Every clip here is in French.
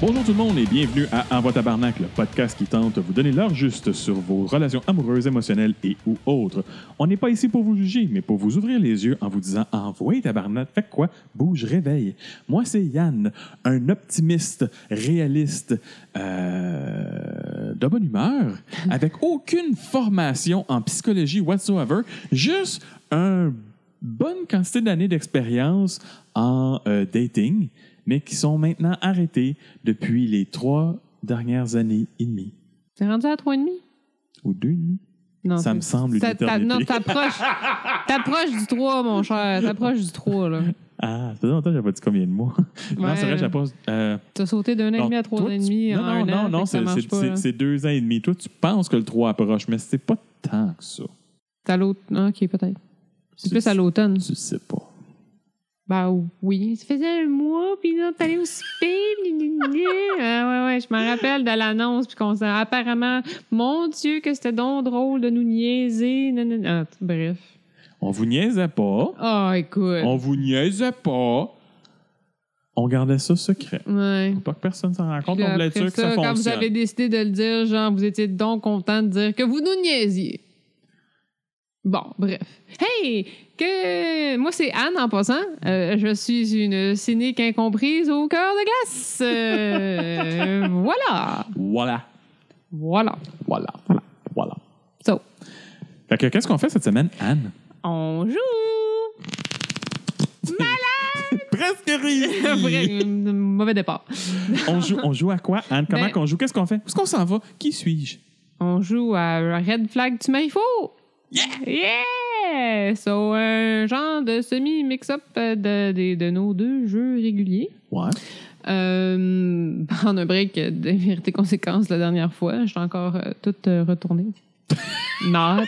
Bonjour tout le monde et bienvenue à Envoi Tabarnak, le podcast qui tente de vous donner l'heure juste sur vos relations amoureuses, émotionnelles et ou autres. On n'est pas ici pour vous juger, mais pour vous ouvrir les yeux en vous disant Envoyez Tabarnak, faites quoi Bouge, réveille. Moi, c'est Yann, un optimiste, réaliste, euh, de bonne humeur, avec aucune formation en psychologie whatsoever, juste un bonne quantité d'années d'expérience en euh, dating, mais qui sont maintenant arrêtées depuis les trois dernières années et demie T'es rendu à 3,5? ou deux et demie. Non. Ça me c'est- semble une t'as- t'as- Non, éternité. t'approches. T'approches du 3, mon cher. T'approches du 3, là. Ah, ça faisait longtemps que j'avais pas dit combien de mois. Non, Ouais. c'est vrai, j'avais pas. euh, T'as sauté d'un an et non, demi à trois toi, ans et tu- demi Non, en non, un non, an. non, fait que ça c'est- marche c'est pas, hein. c'est- là. c'est deux ans et demi. Toi, tu penses que le 3 approche, mais c'est pas tant que ça. C'est à l'automne. Ah, OK, peut-être. C'est Tu- plus à l'automne. Tu sais pas. Bah oui. Ça faisait un mois, puis là, t'allais au souper. gna, gna, gna. Ah, ouais, ouais, je m'en rappelle de l'annonce, puis qu'on s'est apparemment... Mon Dieu, que c'était donc drôle de nous niaiser. nan, nan, nan. Ah, bref. On vous niaisait pas. Ah, écoute. On vous niaisait pas. On gardait ça secret. Ouais. Faut pas que personne s'en rende compte. Puis On voulait être après sûr que ça quand vous fonctionne. avez décidé de le dire, genre, vous étiez donc content de dire que vous nous niaisiez. Bon, bref. Hey! Que... Moi, c'est Anne en passant. Euh, je suis une cynique incomprise au cœur de glace. Euh, voilà. Voilà. Voilà. Voilà. Voilà. Voilà. So, Fait que qu'est-ce qu'on fait cette semaine, Anne? on joue. Presque rire! Vrai, mauvais départ. on, joue, on joue à quoi, Anne? Comment Ben- qu'on joue? Qu'est-ce qu'on fait? Où est-ce qu'on s'en va? Qui suis-je? On joue à Red Flag, tu m'as faux! Yeah! Yeah! So, un genre de semi-mix-up euh, de, de- de nos deux jeux réguliers. Ouais. Euh, en un break de vérité conséquence la dernière fois, je suis encore euh, toute euh, retournée. Not.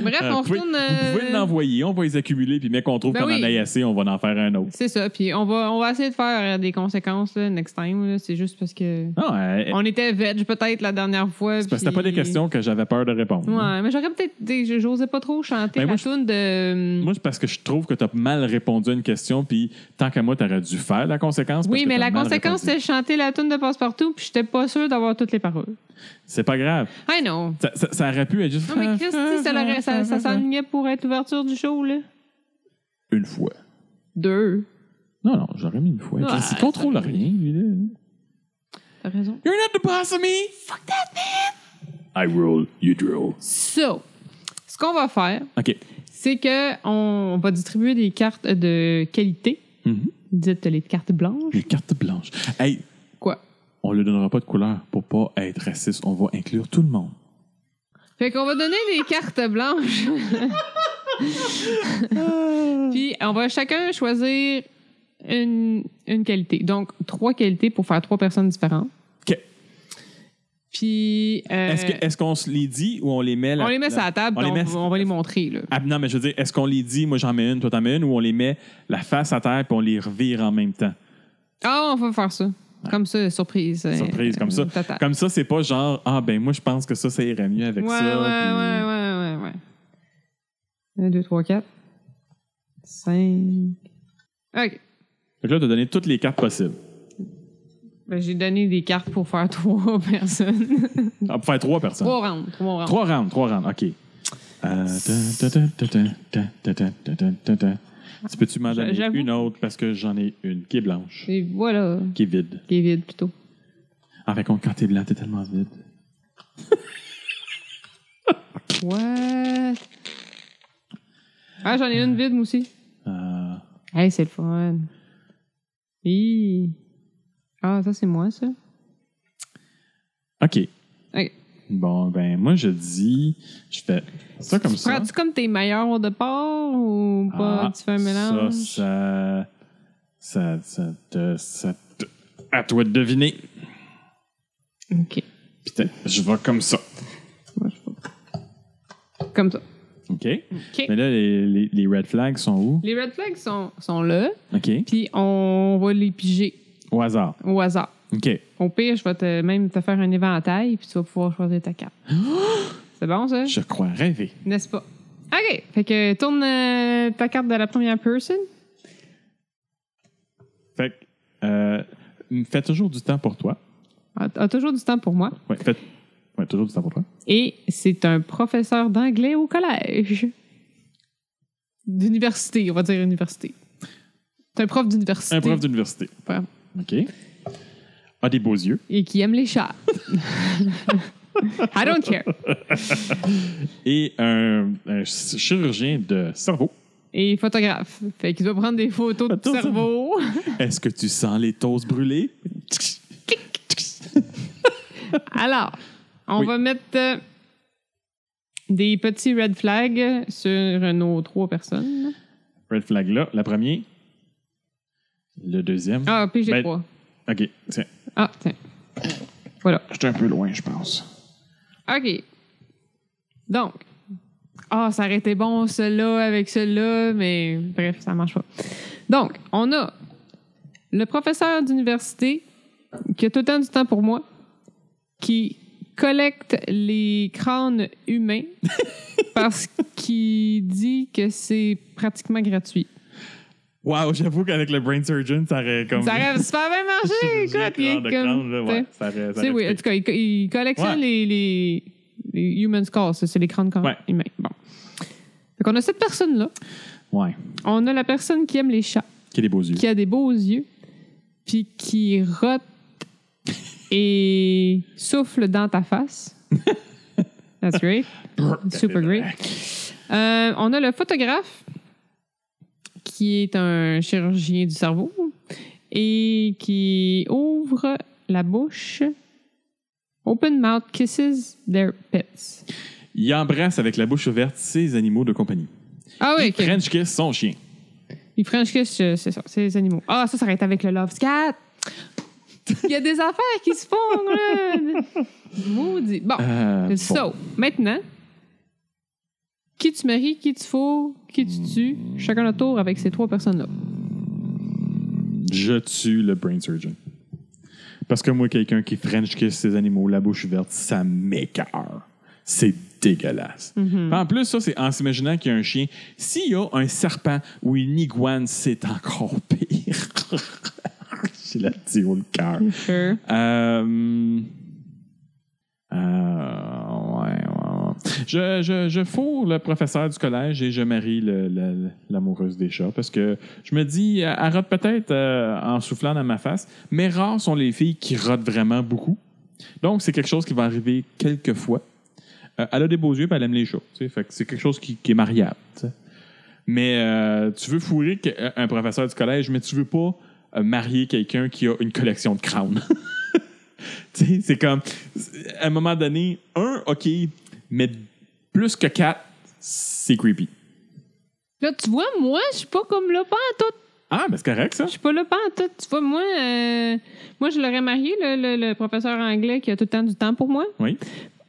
Bref, Euh, on vous pouvez- retourne. Vous pouvez euh, l'envoyer, on va les accumuler, puis mais qu'on trouve Ben qu'on en oui. a assez, on va en faire un autre. c'est ça, puis on va, on va essayer de faire euh, des conséquences là, next time. là. C'est juste parce que. Non, euh, On était veg peut-être la dernière fois. c'est parce que c'était pas des puis- questions que j'avais peur de répondre. Ouais, mais j'aurais peut-être. des- J'osais pas trop chanter Mm-hmm. Ben, la moi, je- tune de. Moi, c'est parce que je trouve que t'as mal répondu à une question, puis tant qu'à moi, t'aurais dû faire la conséquence. parce oui, que mais t'as la mal conséquence, répondu. c'est chanter la tune de Passepartout, puis j'étais pas sûre d'avoir toutes les paroles. c'est pas grave. I know. Ça, ça- ça aurait pu être juste. Non, mais Christy, ça, l'aurait- ça, ça s'enlignait pour être l'ouverture du show, là. Une fois. Deux. Non, non, j'aurais mis une fois. Ouais, Christy, il contrôle Ah, ça- rien, lui, là. T'as raison. You're not the boss of me! Fuck that, man! I roll, you drool. So, ce qu'on va faire, OK. c'est que on on va distribuer des cartes de qualité. Mhm. Dites les cartes blanches. Les cartes blanches. Hey, Quoi? on ne lui donnera pas de couleur pour pas être raciste. On va inclure tout le monde. Fait qu'on va donner des cartes blanches. Puis on va chacun choisir une, une qualité. Donc trois qualités pour faire trois personnes différentes. OK. Puis euh, Est-ce que- est-ce qu'on se les dit ou on les met... on les met sur la table, on les donc met- on va les montrer là. Ah, non, mais je veux dire, est-ce qu'on les dit, moi j'en mets une, toi t'en mets une, ou on les met la face à terre puis on les revire en même temps? Ah, on va faire ça. Comme ça, surprise. euh, Surprise, comme ça. Tata. Comme ça, c'est pas genre, ah ben moi je pense que ça, ça irait mieux avec ouais, ça. ouais, puis- ouais, ouais, ouais, ouais. 1, 2, 3, 4. 5. Fait OK. que là, t'as donné toutes les cartes possibles. Ben, J'ai donné des cartes pour faire trois personnes. Ah, pour faire trois personnes. trois rounds. Trois rounds. Trois rounds, trois rounds, OK. Euh, ta, ta, ta, ta, ta, ta, ta, ta, ta, ta, ta. Tu peux-tu m'en donner J'avoue. une autre parce que j'en ai une qui est blanche, Et voilà. qui est vide. Qui est vide plutôt. Ah, fait qu'on- quand t'es blanc, t'es tellement vide. What? Ah, j'en ai une vide, moi aussi. Euh, Hey, c'est le fun. Hi. Ah, ça, c'est moi, ça? OK. OK. Bon, ben moi je dis, je fais ça comme tu ça. Prends-tu comme tes meilleurs au départ ou pas? Ah, tu fais un mélange? Ça, ça, ça, ça, te- ça te- à toi de deviner. OK. Putain, je vais comme ça. Moi, je sais pas. Comme ça. OK? OK. Mais là, les, les- les red flags sont où? Les red flags sont, sont là, OK? puis on va les piger Au hasard. au hasard. OK. Au pire, je vais te, même te faire un éventail, puis tu vas pouvoir choisir ta carte. C'est bon, ça? Je crois rêver. N'est-ce pas? OK. Fait que tourne euh, ta carte de la première personne. Fait que, euh, fais toujours du temps pour toi. A, a toujours du temps pour moi. Ouais, fais- ouais, toujours du temps pour toi. Et c'est un professeur d'anglais au collège. D'université, on va dire université. C'est un prof d'université. Un prof d'université. Ouais. OK. A des beaux yeux. Et qui aime les chats. I don't care. Et un, un ch- chirurgien de cerveau. Et photographe. Fait qu'il doit prendre des photos de Attends, ça- cerveau. Est-ce que tu sens les toasts brûlés? Alors, on Oui. va mettre euh, des petits red flags sur nos trois personnes. Red flag là, la première. Le deuxième. Ah, puis j'ai Ben- trois. OK, tiens. Ah, tiens. Voilà. J'étais un peu loin, je pense. OK. Donc. Ah, ça aurait été bon, celui-là avec celui-là, mais bref, ça marche pas. Donc, on a le professeur d'université qui a tout le temps du temps pour moi, qui collecte les crânes humains parce qu'il dit que c'est pratiquement gratuit. Wow, j'avoue qu'avec le brain surgeon, ça aurait comme... Ça aurait super bien marché, écoute. il est de comme- crâne, là, ouais, ça aurait- ça aurait C'est oui, en été- tout cas, il, co- il collectionne Ouais. les, les, les human skulls, ça, c'est les crânes quand Ouais. humains. Bon. Donc, on a cette personne-là. Ouais. On a la personne qui aime les chats, Qui a des beaux yeux. qui a des beaux yeux, puis qui rote et souffle dans ta face. That's great. Super great. Euh, on a le photographe, qui est un chirurgien du cerveau et qui ouvre la bouche. Open mouth kisses their pets. Il embrasse avec la bouche ouverte ses animaux de compagnie. Ah oui, ok. French kiss son chien. Les French kiss, euh, c'est ça, c'est les animaux. Ah, ça, ça arrête avec le Love Scat. Il y a des affaires qui se font, là. Maudit. Bon. Euh, bon. So, maintenant, qui tu maries, qui tu fous, qui tu tues, chacun le tour avec ces trois personnes-là. Je tue le brain surgeon. Parce que moi, quelqu'un qui French kiss ses animaux, la bouche ouverte, ça m'écœure. C'est dégueulasse. En plus, ça, c'est en s'imaginant qu'il y a un chien. S'il y a un serpent ou une iguane, c'est encore pire. J'ai la petite au cœur. Sure. Euh, euh, ouais, ouais, ouais. Je, je, je fourre le professeur du collège et je marie le- le- l'amoureuse des chats parce que je me dis, euh, elle rote peut-être euh, en soufflant dans ma face, mais rares sont les filles qui rotent vraiment beaucoup. Donc, c'est quelque chose qui va arriver quelques fois. Euh, elle a des beaux yeux et elle aime les chats. tu sais. Fait que c'est quelque chose qui, qui est mariable. tu sais. Mais euh, tu veux fourrer que- un professeur du collège, mais tu veux pas euh, marier quelqu'un qui a une collection de crowns. Tu sais, c'est comme, à un moment donné, un, OK, mais plus que quatre, c'est creepy. Là, tu vois, moi, je suis pas comme là, pas en tout. Ah, mais c'est correct, ça. Je suis pas là, pas en tout. Tu vois, moi, euh, moi je l'aurais marié, le, le- le professeur anglais qui a tout le temps du temps pour moi. Oui.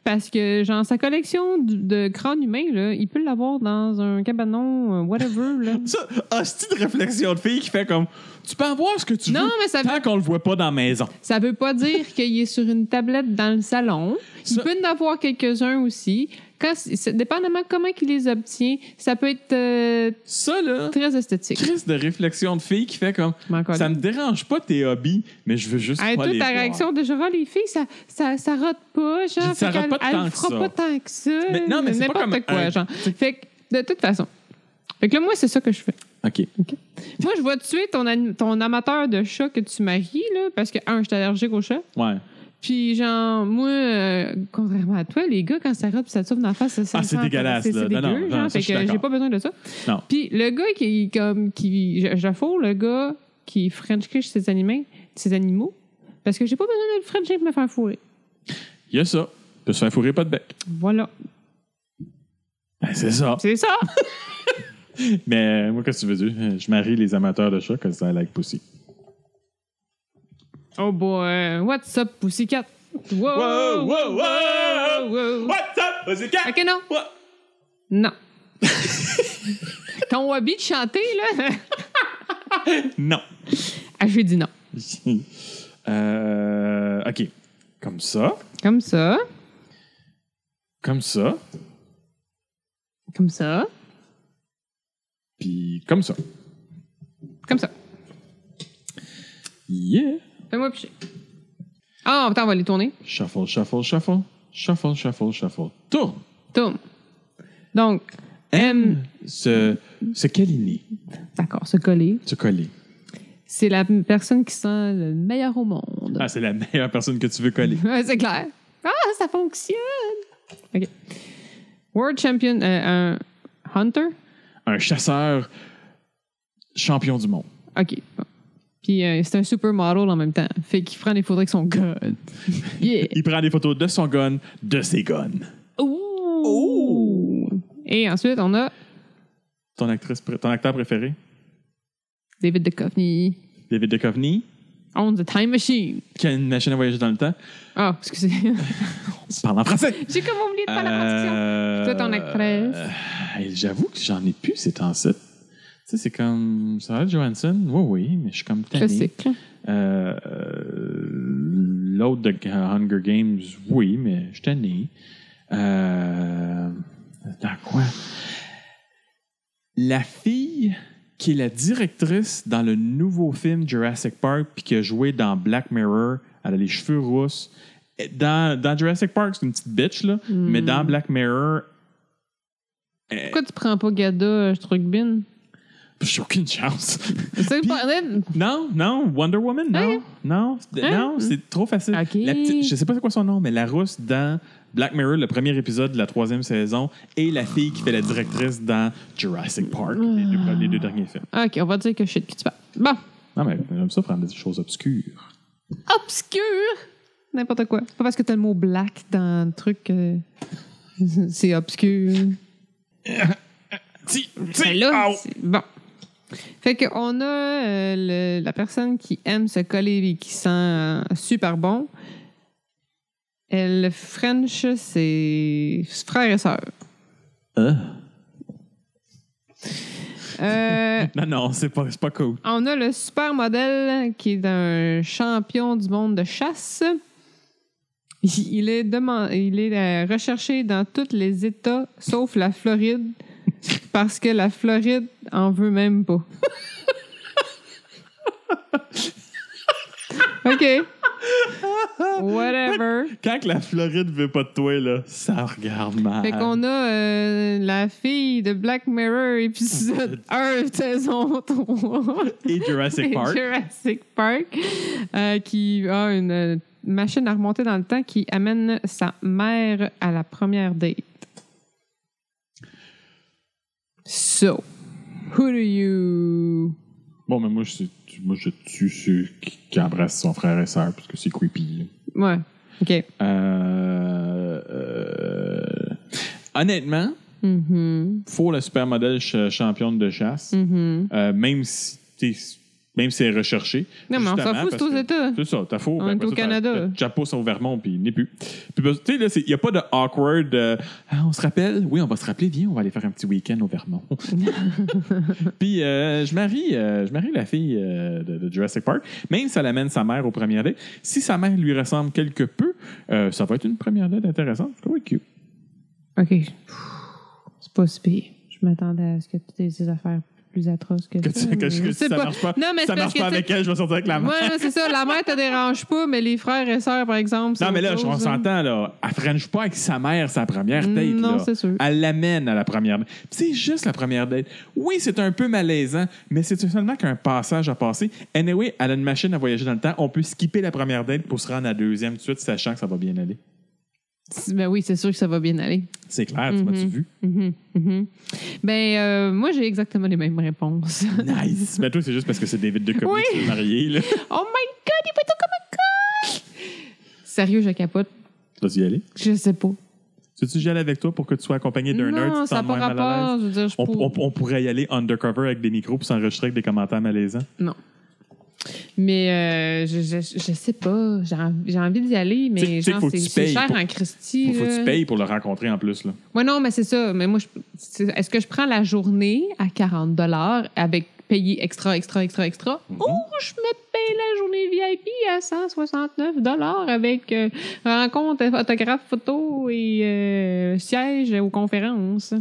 Parce que, genre, sa collection du- de crânes humains, là, il peut l'avoir dans un cabanon, euh, whatever. Là. Ça, hostie de réflexion de fille qui fait comme, tu peux avoir ce que tu non, veux. mais ça veut, Tant qu'on le voit pas dans la maison. ça veut pas dire qu'il est sur une tablette dans le salon. Il Ça- peut en avoir quelques-uns aussi. Quand, c- c- dépendamment comment il les obtient, ça peut être euh, Ça, là, très esthétique. crise de réflexion de fille qui fait comme, Je m'en colle. ça me dérange pas tes hobbies, mais je veux juste Hey, pas toi, les ta voir. réaction de genre, Ah, les filles, ça, ça, ça rote pas, genre. J'ai dit, ça fait rote qu'elle- pas elle tant que fera ça. pas tant que ça. Mais- non, mais c'est pas n'importe comme quoi, un- genre. Fait que, de toute façon. Fait que là, moi, c'est ça que je fais. OK. Moi, je vais tuer ton, anim- ton amateur de chat que tu maries, là, parce que, un, je suis allergique au chat. Ouais. Puis, genre, moi, euh, contrairement à toi, les gars, quand ça rote pis ça te souffle dans la face, ça ça Ah, me c'est sent- dégueulasse, C'est là. c'est Non, non, dégueu, non, genre. ça, Fait je suis que j'ai d'accord. pas besoin de ça. Non. Puis, le gars qui, comme, qui, je, je fourre le gars qui French kiss ses animaux, ses animaux, parce que j'ai pas besoin de le French pour me faire fourrer. Il y a ça. De se faire fourrer pas de bec. Voilà. Ben, c'est ça. C'est ça! Mais moi, qu'est-ce que tu veux dire? Je marie les amateurs de chats que ça like pussy. Oh boy, what's up, Pussycat? Wow, Wow, wow, wow. wow. What's up, pussycat? Ok, non. What? Non. Ton hobby de chanter, là? Non. Ah, j'ai dit non. Euh, OK. Comme ça. Comme ça. Comme ça. Comme ça. Puis comme ça. Comme ça. Yeah. Fais-moi picher. Ah, putain, on va les tourner. Shuffle, shuffle, shuffle. Shuffle, shuffle, shuffle. Tourne. Tourne. Donc, M. Se, se câliner. d'accord, se coller. Se coller. C'est la m- personne qui sent le meilleur au monde. Ah, c'est la meilleure personne que tu veux coller. Ouais, c'est clair. Ah, ça fonctionne! OK. World Champion, euh, un Hunter? Un chasseur champion du monde. OK. bon. Puis euh, c'est un supermodel en même temps. Fait qu'il prend des photos avec son gun. Yeah! Il prend des photos de son gun, de ses guns. Oh! Ouh! Et ensuite, on a Ton, actrice, pr- ton acteur préféré? David Duchovny. David Duchovny, On the Time Machine. qui a une machine à voyager dans le temps. Ah, excusez. Parle en français. J'ai comme oublié de faire la traduction. Euh, Toi, ton actrice. euh, hey, J'avoue que j'en ai plus ces temps-ci. Tu sais, c'est comme Sarah Johansson. Oui, oui, mais je suis comme tanné. Classique. là. Euh, euh, L'autre de Hunger Games, oui, mais je suis tanné. Euh, dans quoi? La fille qui est la directrice dans le nouveau film Jurassic Park, puis qui a joué dans Black Mirror, elle a les cheveux rousses. Et Dans, dans Jurassic Park, c'est une petite bitch, là, mais dans Black Mirror, Pourquoi tu prends pas Gada Strugbin? j'ai aucune chance. C'est Puis- pas vrai. Non, non, Wonder Woman, non. Non, c'est- Hein? non c'est trop facile. Ok. La petite- je sais pas c'est quoi son nom, mais la rousse dans Black Mirror, le premier épisode de la troisième saison, et la fille qui fait la directrice dans Jurassic Park, les, Ah. deux, les deux derniers films. Ok, on va dire que shit que tu parles. Bon, Non, mais j'aime ça prendre des choses obscures. obscur! N'importe quoi. C'est pas parce que t'as le mot black dans le truc que c'est obscur. Ti- ti- Celle-là, au! Ben c'est- bon. Fait qu'on a euh, le- la personne qui aime se coller et qui sent euh, super bon. Elle le French, c'est frère et sœur. Ah. Euh, Non, non, c'est pas, c'est pas cool. On a le supermodèle qui est un champion du monde de chasse. Il est, deman- il est euh, recherché dans tous les États sauf la Floride parce que la Floride en veut même pas. OK. Whatever. Quand que la Floride veut pas de toi, là, ça regarde mal. Fait qu'on a euh, la fille de Black Mirror épisode 1 saison 3. Et Jurassic Park. Jurassic Park, euh, qui a une euh, machine à remonter dans le temps qui amène sa mère à la première date. So, who do you... Bon, mais moi, je, sais- moi, je tue ceux qui, qui embrassent son frère et sœur, parce que c'est creepy. là. Ouais, OK. Euh, euh, honnêtement, Mhm, faut la supermodèle ch- championne de chasse, mhm. Euh, même si t'es- même si elle est recherchée. Non, mais on s'en Justement, fout, c'est parce aux que- États. C'est ça, t'as faux. On Ben, est après au ça, t'as- Canada. t'as le Chapeau son Vermont, puis il n'est plus. Puis, ben, tu sais, là, c'est- y a pas de awkward. euh, Ah, on se rappelle? Oui, on va se rappeler. Viens, on va aller faire un petit week-end au Vermont. puis, euh, je marie euh, je marie la fille euh, de, de Jurassic Park. Même si elle amène sa mère au premier date, si sa mère lui ressemble quelque peu, euh, ça va être une première date intéressante. Je trouve cute. OK. C'est pas si pire. Je m'attendais à ce que tu aies des affaires plus atroces que, Que, ça. tu- que- que- mais que je si sais ça pas. marche pas, Non, mais ça c'est parce marche que, pas tu sais, avec elle, je vais sortir avec la mère. Ouais, non, c'est ça. La mère te dérange pas, mais les frères et sœurs, par exemple. Non, c'est mais là, autre on chose, s'entend, là. Elle french pas avec sa mère sa première date. Mm, Non, là. c'est sûr. Elle l'amène à la première date. Puis C'est juste la première date. Oui, c'est un peu malaisant, mais c'est seulement qu'un passage à passer. Anyway, elle a une machine à voyager dans le temps. On peut skipper la première date pour se rendre à la deuxième tout de suite, sachant que ça va bien aller. Ben oui, c'est sûr que ça va bien aller. C'est clair, tu m'as-tu vu? Mhm, mhm. Ben, euh, moi, j'ai exactement les mêmes réponses. Nice! mais toi, c'est juste parce que c'est David de Comics Oui. qui est marié, là. oh my God, il peut tout comme un con! Sérieux, je capote. Tu dois y aller? Je sais pas. Tu veux-tu que j'aille avec toi pour que tu sois accompagné d'un nerd? non, tu te ça sens n'a pas moins mal à l'aise? rapport. Je veux dire, je On, pour- on- on pourrait y aller undercover avec des micros pour s'enregistrer avec des commentaires malaisants. Mais euh, je, je, je sais pas. J'ai en- j'ai envie d'y aller, Tu sais- mais tu sais genre, qu'il faut c'est que tu c'est payes cher pour- en Christie. Il faut que là. tu payes pour le rencontrer en plus, là. Ouais, non, mais c'est ça. Mais moi, je- c'est- est-ce que je prends la journée à 40 avec payer extra, extra, extra, extra. Mhm. Oh, je me paye la journée VIP à 169 dollars avec euh, rencontre, photographe photo et euh, siège aux conférences.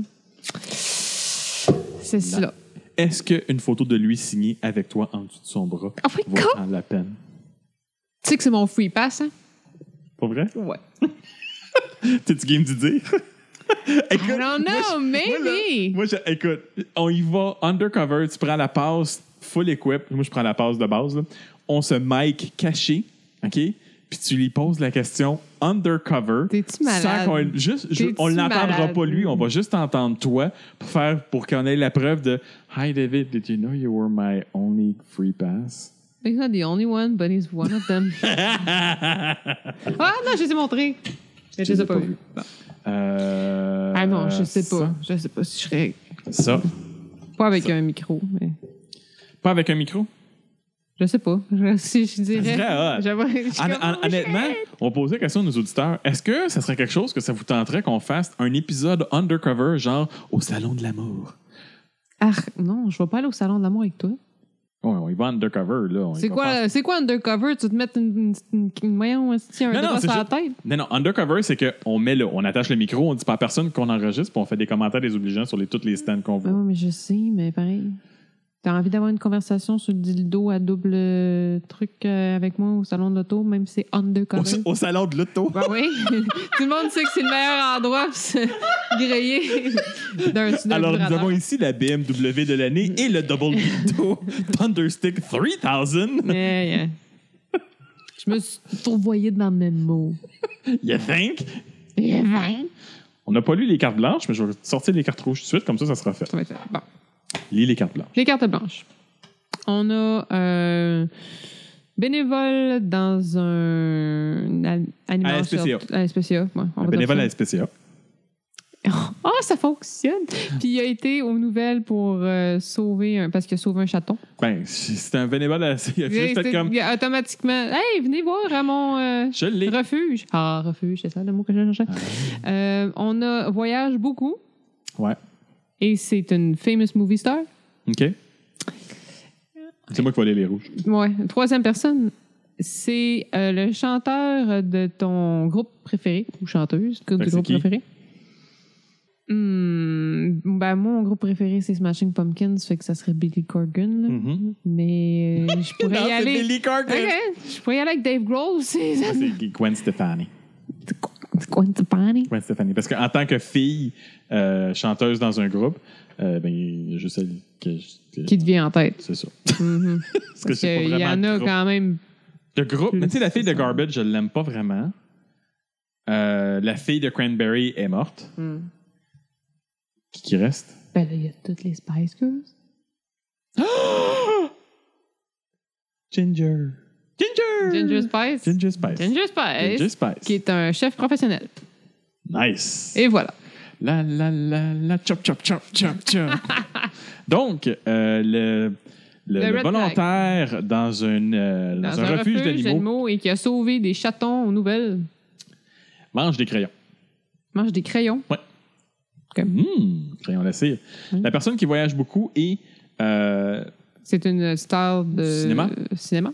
C'est cela. Est-ce qu'une photo de lui signée avec toi en dessous de son bras Oh my vaut God! en la peine? Tu sais que c'est mon free pass, hein? Pas vrai? Ouais. T'es-tu game d'y dire? I don't moi, know, je- moi, là, maybe. Moi, je- écoute, on y va undercover. Tu prends la passe full equip. Moi, je prends la passe de base. là. On se mic caché, OK? Puis tu lui poses la question undercover. T'es-tu malade? Sans qu'on- juste, je- T'es-tu on l'entendra malade? pas lui. On va juste entendre toi pour faire pour qu'on ait la preuve de Hi David, did you know you were my only free pass? He's not the only one, but he's one of them. ah non, je les ai montrés. Mais je les ai pas vus. Euh, Ah non, je sais pas. ça- Je sais pas si je serais. Ça. Pas avec un micro, mais. Pas avec un micro? Je sais pas. Je, si je dirais. serait hot. J'avais- je suis Hon- comme, hon- oh, honnêtement, shit. on posait la question à nos auditeurs. Est-ce que ça serait quelque chose que ça vous tenterait qu'on fasse un épisode undercover, genre au Salon de l'amour? Ah, non, je vais pas aller au salon de l'amour avec toi. Ouais, on y va undercover, là. on y C'est va quoi, euh? pas- c'est quoi undercover? Tu te mets une, une, une, voyons, est-ce qu'il y a un Non, non, doigt c'est sur la juste- tête? Non, non, undercover, c'est qu'on met le, on attache le micro, on dit pas à personne qu'on enregistre, puis on fait des commentaires désobligeants sur les, toutes les stands qu'on Ah veut. oui, mais je sais, mais pareil. T'as envie d'avoir une conversation sur le dildo à double euh, truc euh, avec moi au salon de l'auto, même si c'est Au, undercover. au Salon de l'auto. Ben oui. Tout le monde sait que c'est le meilleur endroit pour se griller d'un d'un Alors, nous vibrateur. avons ici la BMW de l'année et le Double Vito Thunderstick 3000. Yeah, yeah. euh, Je me suis fourvoyée dans le même mot. You think? Yeah, ben. On n'a pas lu les cartes blanches, mais je vais sortir les cartes rouges tout de suite, comme ça, ça sera fait. Ça va être ça. Bon. Lis les cartes blanches. Les cartes blanches. On a euh, bénévole dans un al- animal À la SPCA. shelter- À la SPCA, ouais, on va dire Bénévole ça. à la SPCA. Ah, ça fonctionne! Puis il a été aux nouvelles pour euh, sauver un. Parce qu'il a sauvé un chaton. Ben, c'était un bénévole à la CFG. Peut-être comme. Il a automatiquement. Hey, venez voir à mon. euh, Je l'ai. Refuge. Ah, refuge, c'est ça le mot que je cherchais. Ah. Euh, on a voyage beaucoup. Ouais. Et c'est une famous movie star. OK. C'est moi qui vais aller les rouges. Ouais. Troisième personne, c'est euh, le chanteur de ton groupe préféré ou chanteuse que- Fait que Ben, du c'est groupe qui? préféré. Hmm, ben moi, mon groupe préféré, c'est Smashing Pumpkins, fait que ça serait Billy Corgan. là. Mhm. Mais euh, je pourrais y aller. Corgan. Ah, Ok, je pourrais y aller avec Dave Grohl, c'est ça. C'est Gwen Stefani. Gwen Stefani. Gwen Stefani. Parce qu'en tant que fille euh, chanteuse dans un groupe, euh, ben, je sais que. je- que- Qui te vient en tête. C'est ça. Mhm. Parce que Parce c'est qu'il pas y vraiment en a le groupe. quand même. Le groupe. Mais tu sais, la fille de C'est ça. Garbage, je l'aime pas vraiment. Euh, la fille de Cranberry est morte. Hmm. Qui, qui reste? Ben là, il y a toutes les Spice Girls. Ginger. Ginger! Ginger Spice. Ginger Spice. Ginger Spice. Ginger Spice. Qui est un chef professionnel. Nice. Et voilà. La la la la chop chop chop chop chop. Donc euh, le le, Le le red volontaire dans une euh, dans, un, refuge, d'animaux et qui a sauvé des chatons aux nouvelles. mange des crayons. Mange des crayons. Hum, crayons à la cire. Mm. La personne qui voyage beaucoup et euh, C'est une star de Cinéma. euh, cinéma.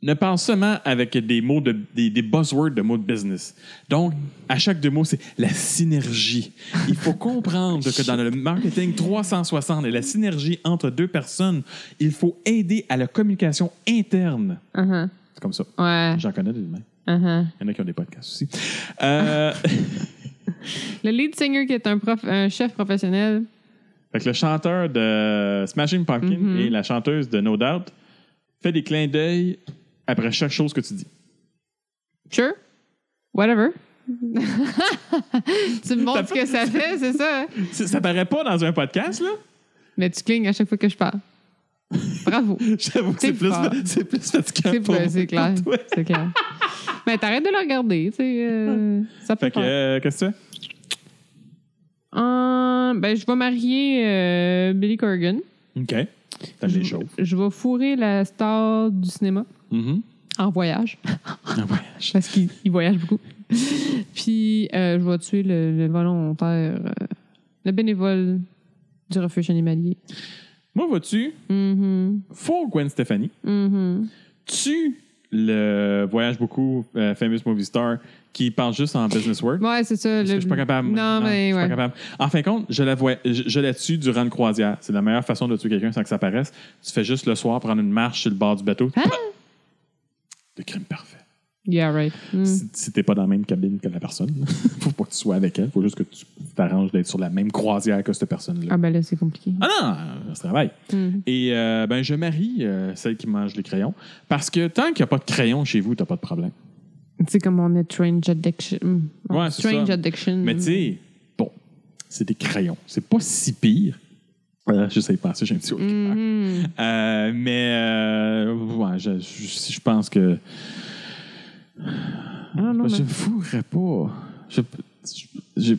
ne parle seulement avec des mots de des, des buzzwords de mots de business. Donc à chaque deux mots c'est la synergie. Il faut comprendre que dans le marketing 360 et la synergie entre deux personnes, il faut aider à la communication interne. Uh-huh. C'est comme ça. Ouais. J'en connais des mêmes. uh-huh. Il y en a qui ont des podcasts aussi. Euh, Le lead singer qui est un, prof, un chef professionnel. fait que le chanteur de Smashing Pumpkin Mhm. et la chanteuse de No Doubt fait des clins d'œil après chaque chose que tu dis. Sure. Whatever. tu me montres ce que ça fait, c'est ça. hein? Ça, ça paraît pas dans un podcast, là? Mais tu clignes à chaque fois que je parle. Bravo. J'avoue que C'est c'est plus, fort. c'est plus fatigant C'est pour vrai, moi c'est que clair. toi. C'est clair. Mais t'arrêtes de le regarder, tu sais. euh, ça peut Fait que, faire. euh, qu'est-ce que tu fais? Euh, ben, je vais marier euh, Billy Corgan. OK. T'as Je, des choses. je vais fourrer la star du cinéma Mhm. en voyage, Un voyage. parce qu'il il voyage beaucoup. Puis, euh, je vais tuer le, le volontaire, euh, le bénévole du refuge animalier. Moi, vois-tu, Mhm. faut Gwen Stefani, Mhm. tue le voyage beaucoup euh, famous movie star qui parle juste en business work. Ouais, c'est ça. Parce que le- Je suis pas capable. Non, je mais suis ouais. pas capable. En fin de compte, je la, vois, je, je la tue durant une croisière. C'est la meilleure façon de tuer quelqu'un sans que ça paraisse. Tu fais juste le soir prendre une marche sur le bord du bateau. Hein? Le crime parfait. Yeah, right. Mm. Si, si t'es pas dans la même cabine que la personne, faut pas que tu sois avec elle. Faut juste que tu t'arranges d'être sur la même croisière que cette personne-là. Ah, ben là, c'est compliqué. Ah non, ça se travaille. Mm. Et euh, ben, je marie euh, celle qui mange les crayons. Parce que tant qu'il n'y a pas de crayon chez vous, t'as pas de problème. C'est comme on est Strange Addiction. Mm. Ouais, c'est strange ça. Addiction. Mais tu sais, bon, c'est des crayons. C'est pas si pire. Euh, je sais pas, ça, j'ai un petit haut le cœur. Mhm. Euh, mais euh, ouais, je, je- si je pense que. Ah, non, je mais- ne fourrais pas. Je, je- j'ai-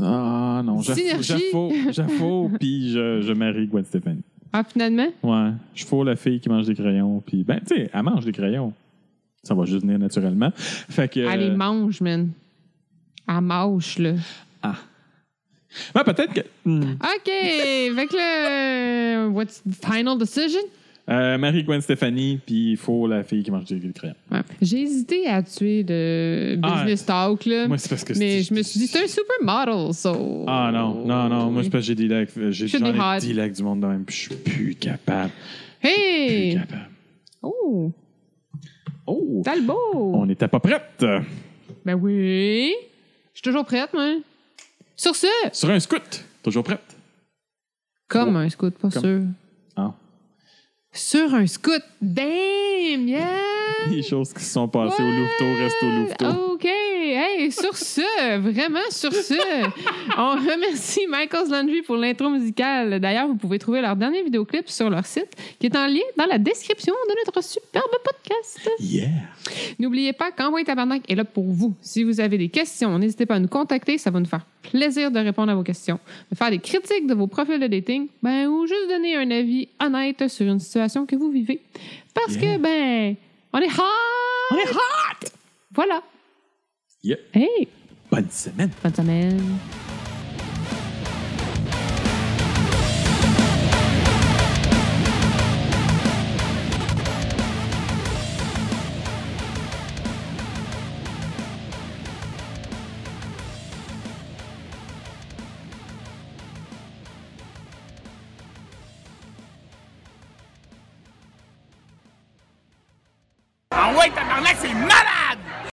ah non, j'affaux, Synergie. j'affaux, j'affaux, puis je, je marie Gwen Stefani. Ah, finalement? Ouais, je fous la fille qui mange des crayons, puis ben, tu sais, elle mange des crayons. Ça va juste venir naturellement. Fait que. Elle les mange, man. Elle mange, là. Ouais, ah. peut-être que. Hmm. OK! Avec le. What's the final decision? Euh, marie Gwen Stefani, puis il faut la fille qui mange des crayons. Ouais. J'ai hésité à tuer le Ah, business talk, là. Moi, c'est parce que Euh, mais c'est- je me suis dit, c'est un Oh. supermodel, so. Ah non, non, non, moi, c'est parce que j'ai des lacs. J'ai Should be j'en ai hot. des lacs du monde de même, puis je suis plus capable. Plus Hey! capable. Oh! Oh! On Talbot! n'était pas prête! Ben oui! Je suis toujours prête, moi. Sur ce, Sur un scout! Toujours prête? comme un scout, pas Oh, Comme- sûr. Ah. Sur un scout! Damn! Yeah! Les choses qui se sont passées au Ouais. Oh. Louveteau restent au Louveteau. Ah, OK. Hey, sur ce, vraiment sur ce, on remercie Michael's Laundry pour l'intro musicale. D'ailleurs, vous pouvez trouver leur dernier vidéoclip sur leur site qui est en lien dans la description de notre superbe podcast. Yeah! N'oubliez pas qu'Envoyez Tabarnak est là pour vous. Si vous avez des questions, n'hésitez pas à nous contacter. Ça va nous faire plaisir de répondre à vos questions, de faire des critiques de vos profils de dating ben, ou juste donner un avis honnête sur une situation que vous vivez. Parce Yeah. que, ben, on est hot! On est hot! Voilà. Yeah! Hey! Bonne semaine! Bonne semaine. Ah ouais, tabarnak, c'est malade!